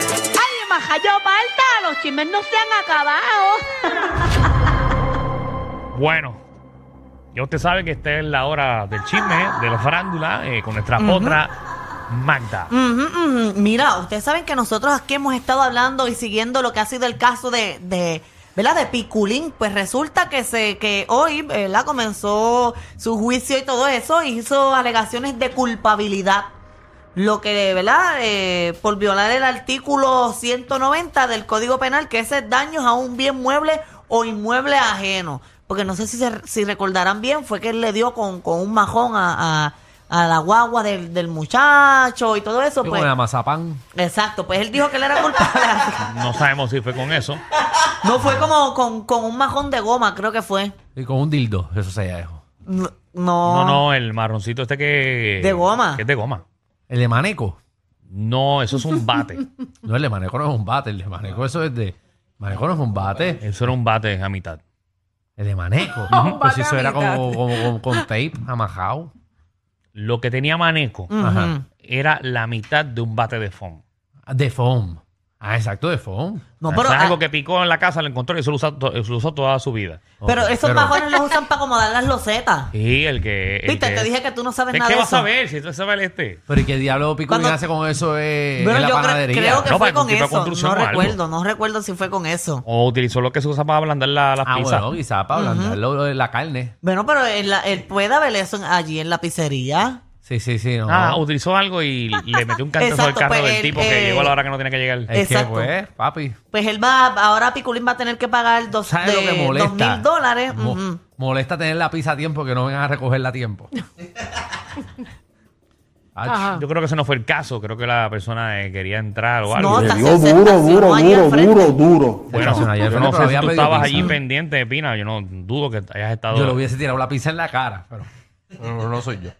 ¡Ay, majayo palta! ¡Los chismes no se han acabado! Bueno, ya usted sabe que esta es la hora del chisme, ¿eh? de la farándula, eh, con nuestra potra Magda. Ujú, ujú. Mira, ustedes saben que nosotros aquí hemos estado hablando y siguiendo lo que ha sido el caso de, de ¿verdad? De Piculín. Pues resulta que se que hoy, ¿verdad? Comenzó su juicio y todo eso. e Hizo alegaciones de culpabilidad. Lo que, ¿verdad? Eh, por violar el artículo 190 del Código Penal, que es el daños a un bien mueble o inmueble ajeno. Porque no sé si, se- si recordarán bien, fue que él le dio con, con un majón a, a- a la guagua del, del muchacho y todo eso. Sí, Pues, con el mazapán. Exacto, pues él dijo que él era culpable. No sabemos si fue con eso. No fue como con, con un majón de goma, creo que fue. Y con un dildo, eso se dejó. No. No, no, el marroncito este que... Oh. De goma. que es de goma. El de maneco. No, eso es un bate. No, el de maneco no es un bate. El de maneco, eso es de. Maneco no es un bate. eso era un bate a mitad. El de maneco. pues Un bate eso a era mitad. como, como- como- con tape amajado. Lo que tenía Maneco Ujú. Ajá. era la mitad de un bate de foam. De foam. Ah, exacto, de foam. No, Eso pero, es algo ah, que picó en la casa, lo encontró y eso lo usa to- eso lo usó toda su vida. pero Ok, esos majones los usan para acomodar las losetas. Y el que... el Viste, te dije que tú no sabes ¿De nada ¿Qué de vas eso. a ver si tú sabes el este? Pero ¿y qué diablo Piculín Cuando- hace con eso eh, Bueno, en la yo cre- panadería? creo que No, fue para con algún tipo de eso. construcción No o algo. recuerdo, no recuerdo si fue con eso. O utilizó lo que se usa para ablandar la, las Ah, pizzas. bueno, quizás para ablandar lo- lo de la carne. Bueno, pero él, la- él puede haber eso en- allí en la pizzería. Sí, sí, sí. No. Ah, utilizó algo y le metió un cantazo al Exacto, carro pues, del el- tipo que eh, llegó a la hora que no tenía que llegar. es que exacto. pues, papi. Pues él va, ahora Piculín va a tener que pagar dos, ¿Sabes lo que de dos molesta? mil dólares. Mo- Ujú. Molesta tener la pizza a tiempo que no vengan a recogerla a tiempo. Ach, Ajá. Yo creo que ese no fue el caso. Creo que la persona eh, quería entrar o No, algo. está- Le Hasta dio se- se duro, estacionó duro, ahí al duro, frente. duro, duro. Se estacionó bueno, ayer, yo pero no sé si había tú pedido estabas pizza. allí pendiente, Pina. Yo no dudo que hayas estado. yo le hubiese tirado la pizza en la cara, pero no, no soy yo.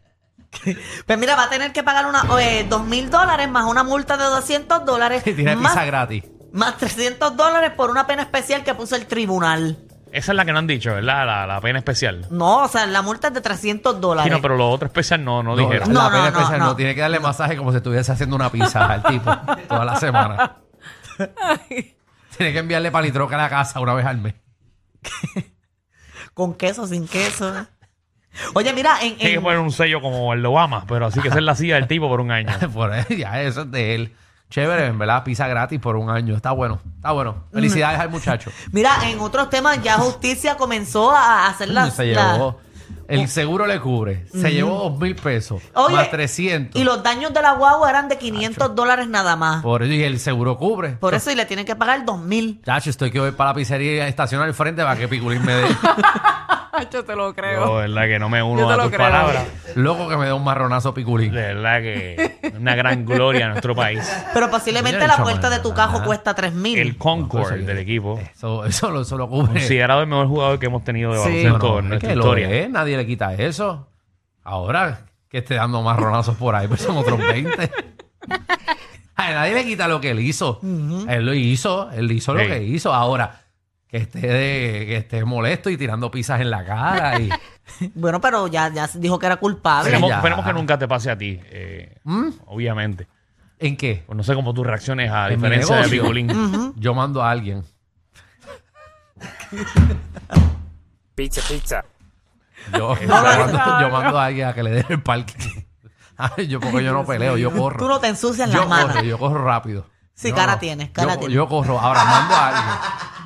Pues mira, va a tener que pagar una, eh, dos mil dólares más una multa de 200 dólares. Y tiene más pizza gratis. Más 300 dólares por una pena especial que puso el tribunal. Esa es la que no han dicho, ¿verdad? La, la pena especial. No, o sea, la multa es de 300 Sí, dólares. no, pero lo otro especial no, no, dijeron. no, la pena no, especial no. no. Tiene que darle masaje como si estuviese haciendo una pizza al tipo toda la semana. tiene que enviarle palitroca a la casa una vez al mes. Con queso, sin queso. Oye, mira, en, Tiene que en- poner un sello como el de Obama, pero así que esa es la silla del tipo por un año. por él, ya eso es de él. Chévere, en verdad, pizza gratis por un año. Está bueno, está bueno. Felicidades al muchacho. mira, en otros temas ya justicia comenzó a hacer las... se las- llevó. El seguro le cubre. Se llevó dos mil pesos. Oye, más 300. Y los daños de la guagua eran de 500 dólares nada más. Por eso, y el seguro cubre. Por eso y le tienen que pagar 2000. Chacho, estoy que voy para la pizzería y estacionar al frente para que Piculín me dé. Yo te lo creo. Yo, de verdad que no me Yo uno te a lo tus creo. palabras. Loco que me dé un marronazo De Piculín. verdad que una gran gloria a nuestro país. Pero posiblemente Oye, la chama, puerta de tu nada. cajo cuesta 3000. El No, Concord eso yo- del equipo. Eso, eso, lo, eso lo cubre. Considerado el mejor jugador que hemos tenido de Sí. baloncesto No, no, en es nuestra que lo historia. es, nadie le quita eso. Ahora que esté dando marronazos por ahí, pues son otros 20. A nadie le quita lo que él hizo. Él lo hizo, él hizo Sí. lo que hizo. Ahora que esté, de- que esté molesto y tirando pizzas en la cara. Y, Bueno, pero ya, ya dijo que era culpable. Esperemos, ya. esperemos que nunca te pase a ti, eh, obviamente. ¿Mm? ¿En qué? Pues no sé cómo tú reacciones a En mi diferencia de negocio. Picolín. Yo mando a alguien. Pizza, pizza. Yo, yo mando, yo mando a alguien a que le dé el parque. Ay, yo porque yo no peleo, yo corro. Tú no te ensucias yo las manos. corro, yo corro rápido. Sí, Yo cara no. tienes, cara yo, tienes. yo corro. Ahora mando a alguien.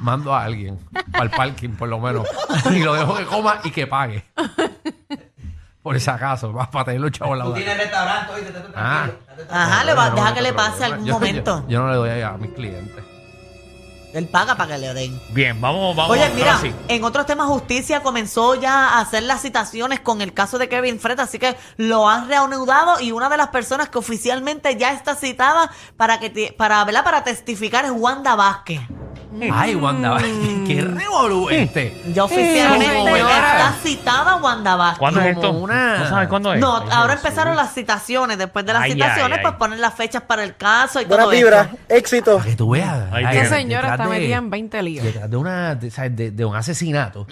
Mando a alguien. Para el parking, por lo menos. Y lo dejo que coma y que pague. Por si acaso. Vas para tener los chavos en la Tú boca. tienes restaurante, oíste, te- te- Ah. Ajá, le No, va- no, deja no que te le pase preocupes. algún Yo- momento. Yo, yo no le doy a mis clientes. Él paga para que le den. Bien, vamos, vamos. Oye, ahora mira, sí. en otros temas justicia comenzó ya a hacer las citaciones con el caso de Kevin Fred, así que lo han reanudado y una de las personas que oficialmente ya está citada para que te- para ¿verdad? para testificar es Wanda Vázquez. Ay, Wanda. Qué revolú este. Ya no, oficialmente no, está no. citada Wanda Vázquez. ¿Cuándo es como esto? una- ¿No sabes cuándo es? No, Ay, ahora Jesús. empezaron las citaciones. Después de las Ay, ay, citaciones, ay. pues ponen las fechas para el caso y todo esto. éxito. Para que tú Ahí veas. Ay, tiene. Esta Esta señora detrás está de- metida en 20 líos. Detrás de, una, de, ¿sabes? de- de un asesinato.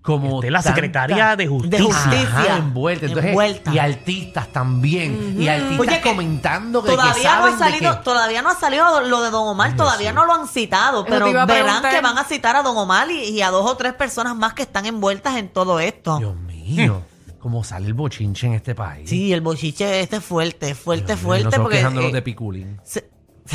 Como De la tanta- Secretaría de Justicia. De justicia. Ajá, envuelta. Entonces, Envuelta. Y artistas también. Y artistas Oye, que comentando que, que Todavía no saben ha salido, de que- todavía no ha salido lo de Don Omar, todavía no lo han citado, Eso pero te iba a verán preguntar. que van a citar a Don Omar y, y a dos o tres personas más que están envueltas en todo esto. Dios mío. Cómo sale el bochinche en este país. Sí, el bochiche este es fuerte, fuerte, Dios mío, fuerte, nosotros porque quejándonos eh, de piculín. se-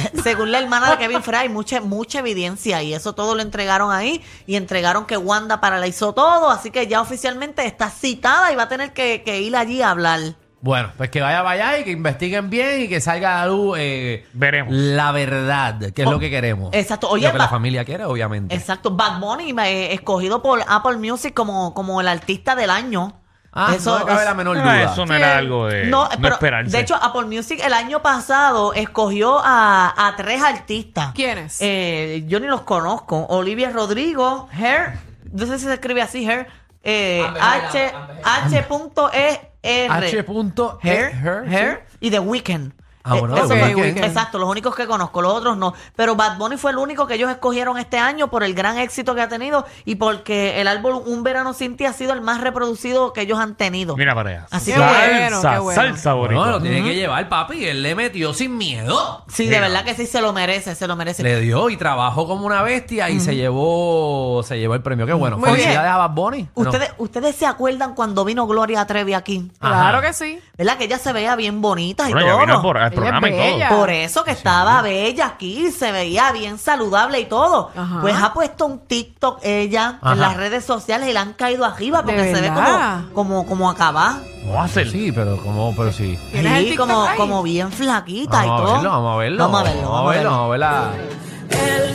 según la hermana de Kevin Fry, hay mucha, mucha evidencia y eso todo lo entregaron ahí y entregaron que Wanda paralizó todo, así que ya oficialmente está citada y va a tener que, que ir allí a hablar. Bueno, pues que vaya, vaya y que investiguen bien y que salga a la luz eh, Veremos. la verdad, que es lo que queremos. Oh, exacto. Oye, lo que va- la familia quiere, obviamente. Exacto, Bad Bunny eh, escogido por Apple Music como, como el artista del año. Ah, Eso- no cabe la menor duda. Ah, eso no era algo de no, No, pero esperarse. de hecho Apple Music el año pasado escogió a, a tres artistas. ¿Quiénes? Eh, yo ni los conozco. Olivia Rodrigo, Her, no sé si se escribe así, Her, eh, H, H. punto E R. H. punto E Her, her, Her y The Weeknd. Ah, Eh, bueno, esos The son- Weeknd. Exacto, los únicos que conozco, los otros no. Pero Bad Bunny fue el único que ellos escogieron este año por el gran éxito que ha tenido y porque el álbum Un Verano Sin Ti ha sido el más reproducido que ellos han tenido. Mira para allá. Así Qué que- bueno, Salsa, qué bueno. salsa No, bonita. lo tiene que llevar, papi. Él le metió sin miedo. Sí, de Mira. verdad que sí, se lo merece, se lo merece. Le dio y trabajó como una bestia y se llevó se llevó el premio. Qué bueno. Muy Felicidades bien. a Bad Bunny. No. ¿Ustedes, ustedes se acuerdan cuando vino Gloria Trevi aquí? Claro que sí. ¿Verdad? Que ella se veía bien bonita y Bueno, ya todo. vino al por- al Ella es programa y todo. bella. Por eso que estaba bella aquí, se veía bien saludable y todo. Ajá. Pues ha puesto un TikTok ella Ajá. en las redes sociales y la han caído arriba porque ¿De se ve verdad? como, como, como acabada. ¿Cómo va a ser? Ah, Sí, pero como, pero sí. ¿Tienes el Sí, TikTok como, ahí? como bien flaquita y Vamos a todo. verlo, vamos a verlo. Vamos a verlo, Vamos a verlo, vamos a verla.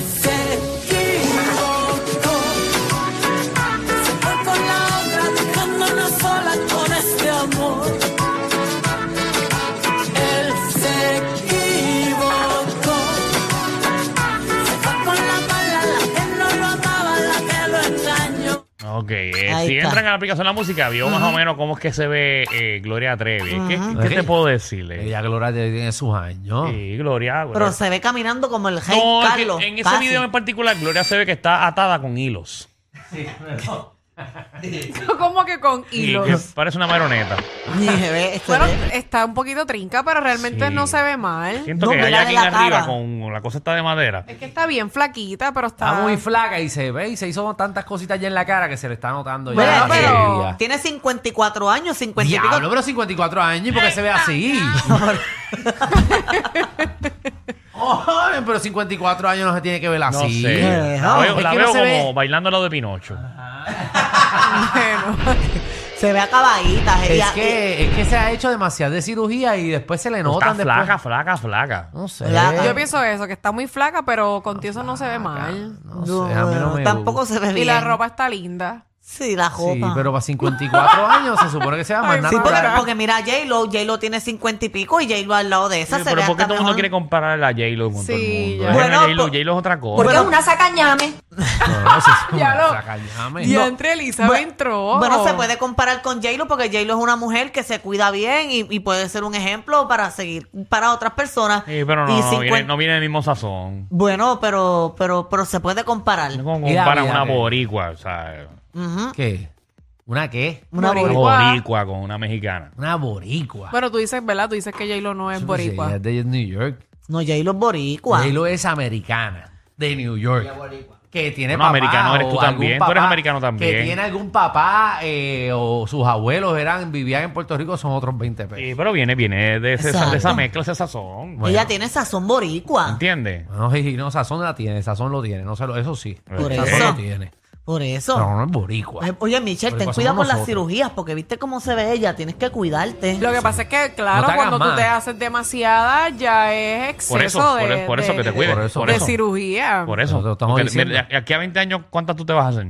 Ok, eh, Ahí si está. entran a la aplicación de la música, vio más o menos cómo es que se ve eh, Gloria Trevi. ¿Qué- Ujú. ¿Qué, qué te puedo decirle? Ella Gloria ya tiene sus años. Sí, Gloria. Gloria. Pero se ve caminando como el rey No, es que Carlos. en ese casi. video en particular, Gloria se ve que está atada con hilos. como que con Y hilos. que parece una marioneta. Ni se ve, se Bueno, ve. está un poquito trinca, pero realmente Sí. no se ve mal. Siento No, que me hay la de alguien la arriba cara. con la cosa está de madera. Es que está bien flaquita, pero está... Ah. Está muy flaca y se ve y se hizo tantas cositas ya en la cara que se le está notando Bueno, ya. la pero- cirugía. Tiene 54 años, 50 y pico. Diablo, pero 54 años y por qué se ve así. Ay, pero 54 años no se tiene que ver No así. sé. La no, veo, es la que no veo se ve. como bailando al lado de Pinocho. Bueno. Se ve acabadita. Es ella- que, es que se ha hecho demasiada de cirugía y después se le Está notan después. flaca, flaca, flaca. No sé. Flaca. Yo pienso eso, que está muy flaca, pero con ti eso no se ve mal. No sé, a mí no me tampoco gusta. se ve bien. Y la ropa está linda. Sí, la ropa. Sí, pero para 54 años se supone que sea más Ay, sí, Sí, porque, natural. porque mira, J-Lo, J-Lo tiene 50 y pico y J-Lo al lado de esa Sí, se pero ve ¿por qué hasta todo el mundo mejor. quiere comparar a J-Lo con todo Sí, el mundo? ya. Bueno, Bueno, pues, J-Lo, por- J-Lo es otra cosa. Porque es una sacañame. No, no, eso es una Ya lo- sacañame. Y No. entre Elizabeth Bueno, Oh. entró. Bueno, se puede comparar con J-Lo porque J-Lo es una mujer que se cuida bien y, y puede ser un ejemplo para seguir para otras personas. Sí, pero Y no, no, 50 viene, no viene el mismo sazón. Bueno, pero, pero, pero se puede comparar. No como Y la comparan vida, una ¿qué? boricua, o sea, Ujú. ¿Qué? ¿Una qué? Una una Boricua. boricua con una mexicana. Una boricua. Bueno, tú dices, ¿verdad? Tú dices que J-Lo no es Eso no sé, boricua. ella es de New York. No, J-Lo es boricua. J-Lo es americana. de New York. Que tiene Bueno, papá americano eres tú o algún también, tú eres papá americano también. Que tiene algún papá eh, o sus abuelos eran vivían en Puerto Rico, son otros 20 pesos. Sí, pero viene, viene de, ese- Exacto. de esa mezcla, ese sazón. Bueno, Ella tiene sazón boricua. ¿Entiendes? No, sí, sí, no, Sazón la tiene, Sazón lo tiene, no se lo, eso sí. Por Sazón eso. lo tiene. Por eso. Pero no es boricua. Ay, Oye, Michelle, Pero ten pasamos cuidado con las nosotros. cirugías, porque viste cómo se ve ella, tienes que cuidarte. Lo que pasa es que, claro, No te hagas cuando tú mal. te haces demasiada, ya es exceso Por eso, de, por, eso- por eso de- que te cuides. por Por eso. eso. de cirugía. Por Eso te lo eso. estamos Porque, diciendo. mira, aquí a 20 años, ¿cuántas tú te vas a hacer?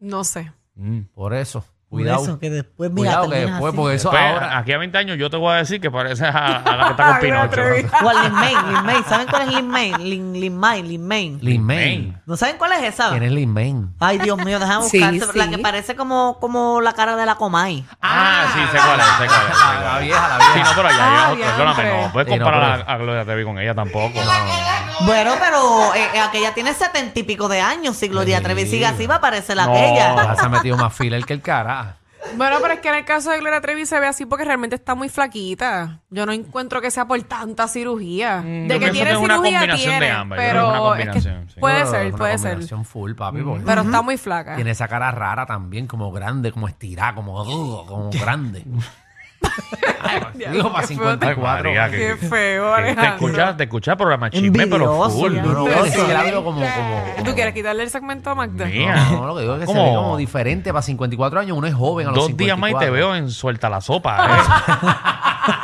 No sé. Mm. Por eso. Por Cuidado. eso, que después, mira, cuidado que terminas después, así. porque eso Pues, ahora. Aquí a 20 años yo te voy a decir que pareces a, a la que está con Ay, me atreví. Pinocho. O al Lin May, Lin May. ¿Saben cuál es Lin May? Lin, Lin May, Lin May. Lin Main. Main. ¿No saben cuál es esa? ¿Quién es Lin Main? Ay, Dios mío, déjame Sí, buscar. La sí. que parece como, como la cara de la Comay. Ah, sí, sé cuál es, sé cuál es, sé cuál es. Ah, La vieja, la vieja. Sí, no, pero ya, Ah, ya, no, diantre. perdóname, no puedes Sí, no, comparar pero- a, a Gloria Trevi con ella tampoco. Bueno, pero eh, eh, aquella tiene setenta y pico de años. Si Gloria Sí. Trevi sigue así, va a parecer la No. de ella. Ah, Se ha metido más fila el que el cara. Bueno, pero es que en el caso de Gloria Trevi se ve así porque realmente está muy flaquita. Yo no encuentro que sea por tanta cirugía. Mm, de yo que pienso tiene que es una cirugía combinación de tiene, ambas, yo creo que es pero una es que combinación, sí. puede Pero es ser, una puede ser. combinación full, papi. Mm. porque Pero está muy flaca. Tiene esa cara rara también, como grande, como estirada, como, uh, como grande. Ay, digo, para qué feo. 54. Ay, María, que- Qué feo, Que Te Alejandro. escuchas, te escuchas programa chisme, pero Envidioso, full. ya. Pero bueno, es que era algo como, como- ¿Tú quieres quitarle el segmento a Magda? Mía. No, no, lo que digo es que se ve ¿Cómo? como diferente. Para 54 años uno es joven a los Dos días más y te 54. veo en suelta la sopa. ¿eh?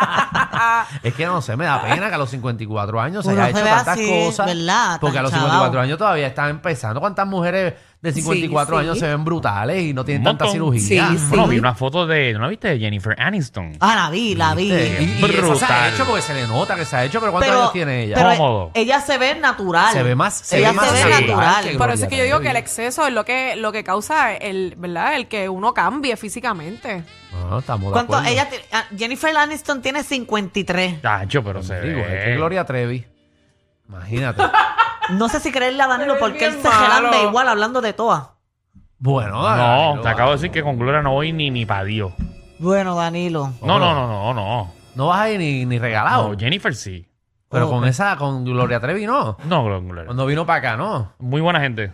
Es que no sé, me da pena que a los 54 años se Uno haya se hecho ve tantas así, cosas. ¿verdad? Tan Porque a los chavao. 54 años todavía están empezando. ¿Cuántas mujeres de 54 Sí, sí. años se ven brutales y no tienen Un tanta montón. cirugía? Sí, sí. Bueno, vi una foto de, ¿no la viste? De Jennifer Aniston. Ah, la vi, la vi. Este, y, y eso se ha Brutal. hecho porque se le nota que se ha hecho, pero ¿cuántos años tiene ella? pero Cómodo. ella se ve natural. se ve más, se ella ve más se ve natural. natural. que Por eso Gloria es que yo digo Trevi. que el exceso es lo que, lo que causa el, ¿verdad? El que uno cambie físicamente. Ah, No, no, estamos de ¿Cuánto? acuerdo. Ella, ti- ah, Jennifer Aniston tiene 53. Tacho, pero eh, se Digo, es ve. que Gloria Trevi. Imagínate. No sé si creerle a Danilo Pero es porque él bien se gelanda malo. igual hablando de toa. bueno, No, Danilo, te acabo de decir que con Gloria no voy ni, ni pa' Dios. Bueno, Danilo. No, no, no, no, no. No vas a ir ni, ni regalado. No, Jennifer sí. pero Oh, con ok. esa, con Gloria Trevi no. No, Gloria. Cuando vino para acá, no. Muy buena gente.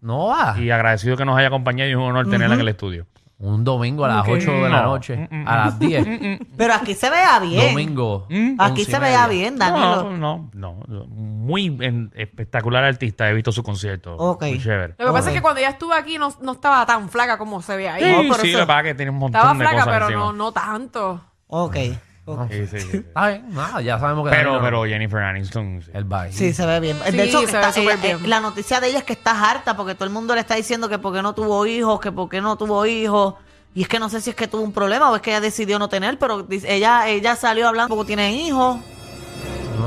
No va. Y agradecido que nos haya acompañado y es un honor tenerla en el estudio. Un domingo a las Ok. 8 de la No. noche, Mm, mm. mm, a las 10. Pero aquí se vea bien. Domingo. Aquí 11 y se media. vea bien, Danilo. No, no, no. Muy en- espectacular artista. He visto su concierto. Ok. Muy chévere. Lo que pasa Ok. es que cuando ella estuvo aquí no, no estaba tan flaca como se ve ahí. Sí, pero sí, eso- lo que pasa es que tiene un montón Estaba de flaca, cosas pero encima. no, no tanto. Ok. ok. Sí, sí, sí. Está bien, nada, ya sabemos que. pero, Danilo- pero Jennifer Aniston. sí. El baile. Sí, se ve bien. Sí, de hecho, se que ve está- súper ella- eh, bien. la noticia de ella es que estás harta porque todo el mundo le está diciendo que porque no tuvo hijos, que porque no tuvo hijos. Y es que no sé si es que tuvo un problema o es que ella decidió no tener, pero dice- ella, ella salió hablando porque tiene hijos.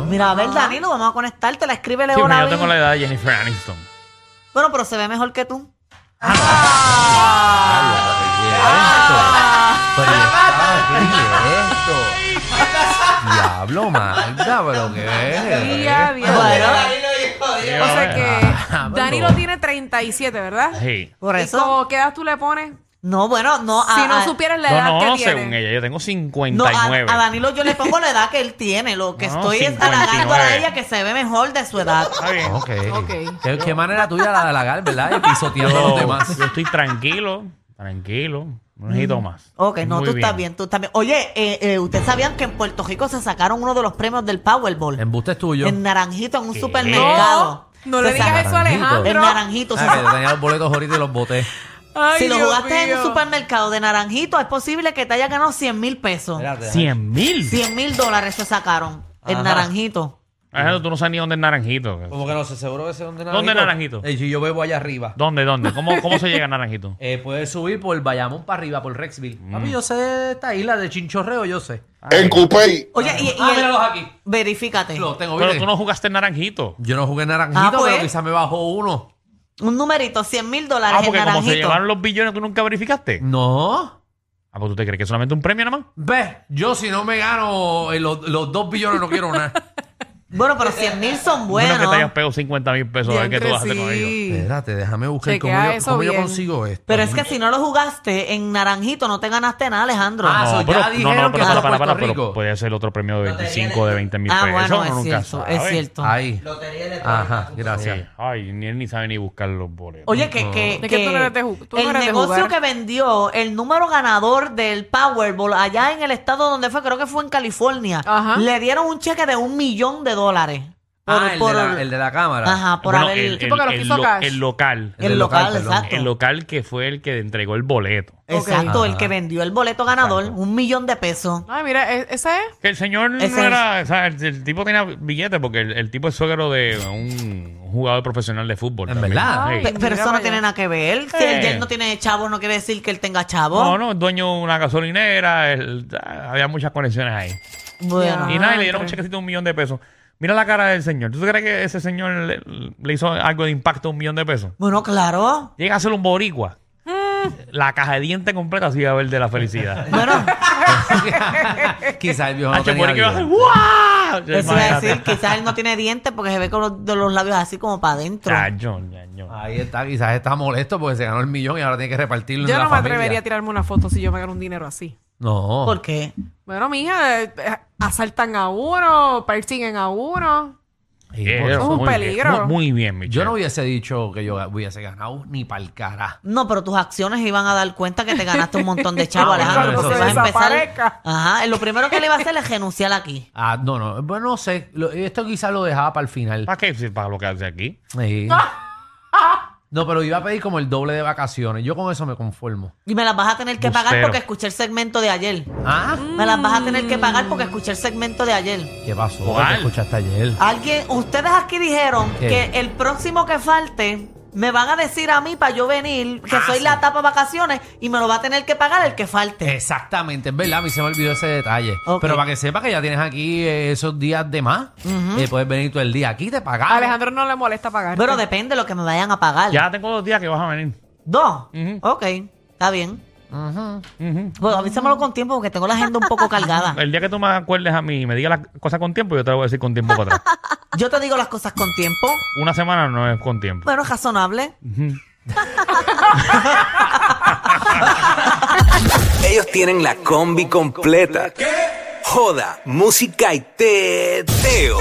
Mira, a ver, Danilo, vamos a conectarte, la escríbele Sí, pues, hola, yo bien. tengo la edad de Jennifer Aniston. Bueno, pero se ve mejor que tú. Ah. Ah, Pero ¿qué es esto? Diablo, Magda, pero qué es. Día, día. O sea Ah, que Danilo bueno. tiene 37, ¿verdad? Sí. Por ¿Y eso. Ah, como qué edad tú le pones? No, bueno, no. A, si no a- supieras la edad No, no, que tiene. según ella, yo tengo no, a, 59. a Danilo yo le pongo la edad que él tiene. Lo que No, estoy es halagando a 59. ella que se ve mejor de su edad. Está bien. Ok. Ok. ¿Qué, qué manera tuya la de halagar, ¿verdad? Y pisoteando a los Yo, demás. yo estoy tranquilo, tranquilo. No necesito más. Mm. Ok, no, Muy tú estás bien, tú estás bien. Oye, eh, eh, ¿ustedes sabían que en Puerto Rico se sacaron uno de los premios del Powerball? En, Embuste es tuyo. Naranjito, en un ¿Qué? supermercado. No le Se digas sacaron- eso a Naranjito. En Alejandro. Naranjito. se Ah, que sacaron. tenía los boletos ahorita y los boté. Ay, si lo Dios jugaste en un mío. supermercado de Naranjito, es posible que te haya ganado 100 mil pesos. Espérate, 100 mil. 100 mil dólares se sacaron en Ajá. Naranjito. Alejandro, Ah, tú no sabes ni dónde es Naranjito. Como que no sé, seguro que sé dónde ¿Dónde Naranjito? Eh, si yo bebo allá arriba. ¿Dónde, dónde? ¿Cómo, cómo se llega a Naranjito? Eh, puedes subir por Bayamón para arriba, por Rexville. Mm. Papi, yo sé esta isla de Chinchorreo, yo sé. En Coupey. Oye, y, Eh, y ah, el- míralos aquí. verifícate. Los tengo, Pero ¿viste? tú no jugaste en Naranjito. Yo no jugué naranjito, Ah, pues. pero quizás me bajó uno. Un numerito, 100 mil dólares Ah, en porque como se Naranjito. llevaron los billones, tú nunca verificaste. No. Ah, pues tú te crees que es solamente un premio nada más. Ve, yo si no me gano eh, los, los dos billones no quiero nada. Bueno, pero 100 mil son Bueno, que te hayas buenos. pegado 50 mil pesos a ver qué tú vas a hacer con ellos. Espérate, déjame buscar Chequea cómo, yo, eso cómo yo bien. consigo esto. Pero es que si no lo jugaste en naranjito, no te ganaste nada, Alejandro. Ah, No, eso pero, ya no, dijeron no, que pero para para, para, para, Puerto pero Rico. puede ser el otro premio de 25 de 20 mil Ah, pesos. pues, bueno, uno es nunca cierto, sabe. es cierto. Ahí. Lotería electrónica. Ajá, gracias. Sí. Ay, ni él ni sabe ni buscar los boletos. Oye, que, que, Es que tú no eres de ju- tú no el eres de negocio jugar. que vendió el número ganador del Powerball allá en el estado donde fue, creo que fue en California, Ajá. le dieron un cheque de un millón de dólares. Ah, el, de la, el de la cámara. Ajá, por Bueno, haber... el, Sí, porque el- lo el quiso lo- cash. el local. el local, perdón. exacto. El local que fue el que entregó el boleto. exacto, Ok. el que vendió el boleto ganador, Exacto. un millón de pesos. Ay, mira, e- ese es. Que el señor Ese no era. O sea, el, el tipo tenía billetes porque el, el tipo es suegro de un jugador profesional de fútbol. ¿En también. verdad? Sí. Ay, Pe- mira pero eso para no allá. tiene nada que ver. Si Eh. él, él no tiene chavos, no quiere decir que él tenga chavos. No, no, es dueño de una gasolinera. el- ah, había muchas conexiones ahí. Bueno, Y nada, y le dieron un Diantre. chequecito de un millón de pesos. Mira la cara del señor. ¿Tú crees que ese señor le, le hizo algo de impacto a un millón de pesos? bueno, claro. Llega a ser un boricua. Mm. La caja de dientes completa sí va a ver de la felicidad. Bueno, Quizás el viejo no Hacho, tenía boricua vida. va a hacer, eso ¡guau! iba a Imagínate. decir, quizás él no tiene dientes porque se ve con los, de los labios así como para adentro. Chacho, ñaño. Ahí está, quizás está molesto porque se ganó el millón y ahora tiene que repartirlo Yo en no la me familia. atrevería a tirarme una foto si yo me gano un dinero así. No. ¿Por qué? Bueno, mija, eh, eh, asaltan a uno, persiguen a uno. Sí, Eh, por- eso, un muy bien. peligro. Muy, muy bien, Michelle. Yo no hubiese dicho que yo hubiese ganado ni para el cara. No, pero tus acciones iban a dar cuenta que te ganaste un montón de chavos, Ah, bueno, Alejandro, eso porque sí. vas a empezar. Desaparezca. Ajá, lo primero que le iba a hacer es renunciar aquí. Ah, no, no. Bueno, no sé. Lo- esto quizás lo dejaba para el final. ¿Para qué? Si Para lo que hace aquí. Sí. No, pero iba a pedir como el doble de vacaciones. Yo con eso me conformo. Y me las vas a tener que pagar Bustero. porque escuché el segmento de ayer. Ah, Me las vas a tener que pagar porque escuché el segmento de ayer. ¿qué pasó? ¿Cuál? ¿Qué escuchaste ayer? Alguien, ustedes aquí dijeron ¿Qué? que el próximo que falte me van a decir a mí para yo venir que Ah, soy la tapa vacaciones y me lo va a tener que pagar el que falte. Exactamente, es verdad, a mí se me olvidó ese detalle. Ok. Pero para que sepa que ya tienes aquí eh, esos días de más, eh, puedes venir todo el día aquí, te A pagaron. Alejandro no le molesta pagar. Pero depende de lo que me vayan a pagar. Ya tengo dos días que vas a venir. ¿Dos? Ujú. Ok, está bien. Ujú. Bueno, avísamelo con tiempo porque tengo la agenda un poco cargada. El día que tú me acuerdes a mí y me digas las cosas con tiempo, yo te lo voy a decir con tiempo para atrás. Yo te digo las cosas con tiempo. Una semana no es con tiempo. Bueno, es razonable. Ellos tienen la combi completa. Joda, música y teo.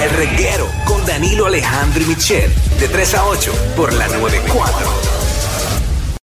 El reguero con Danilo Alejandro y Michel. De 3 a 8 por la 94.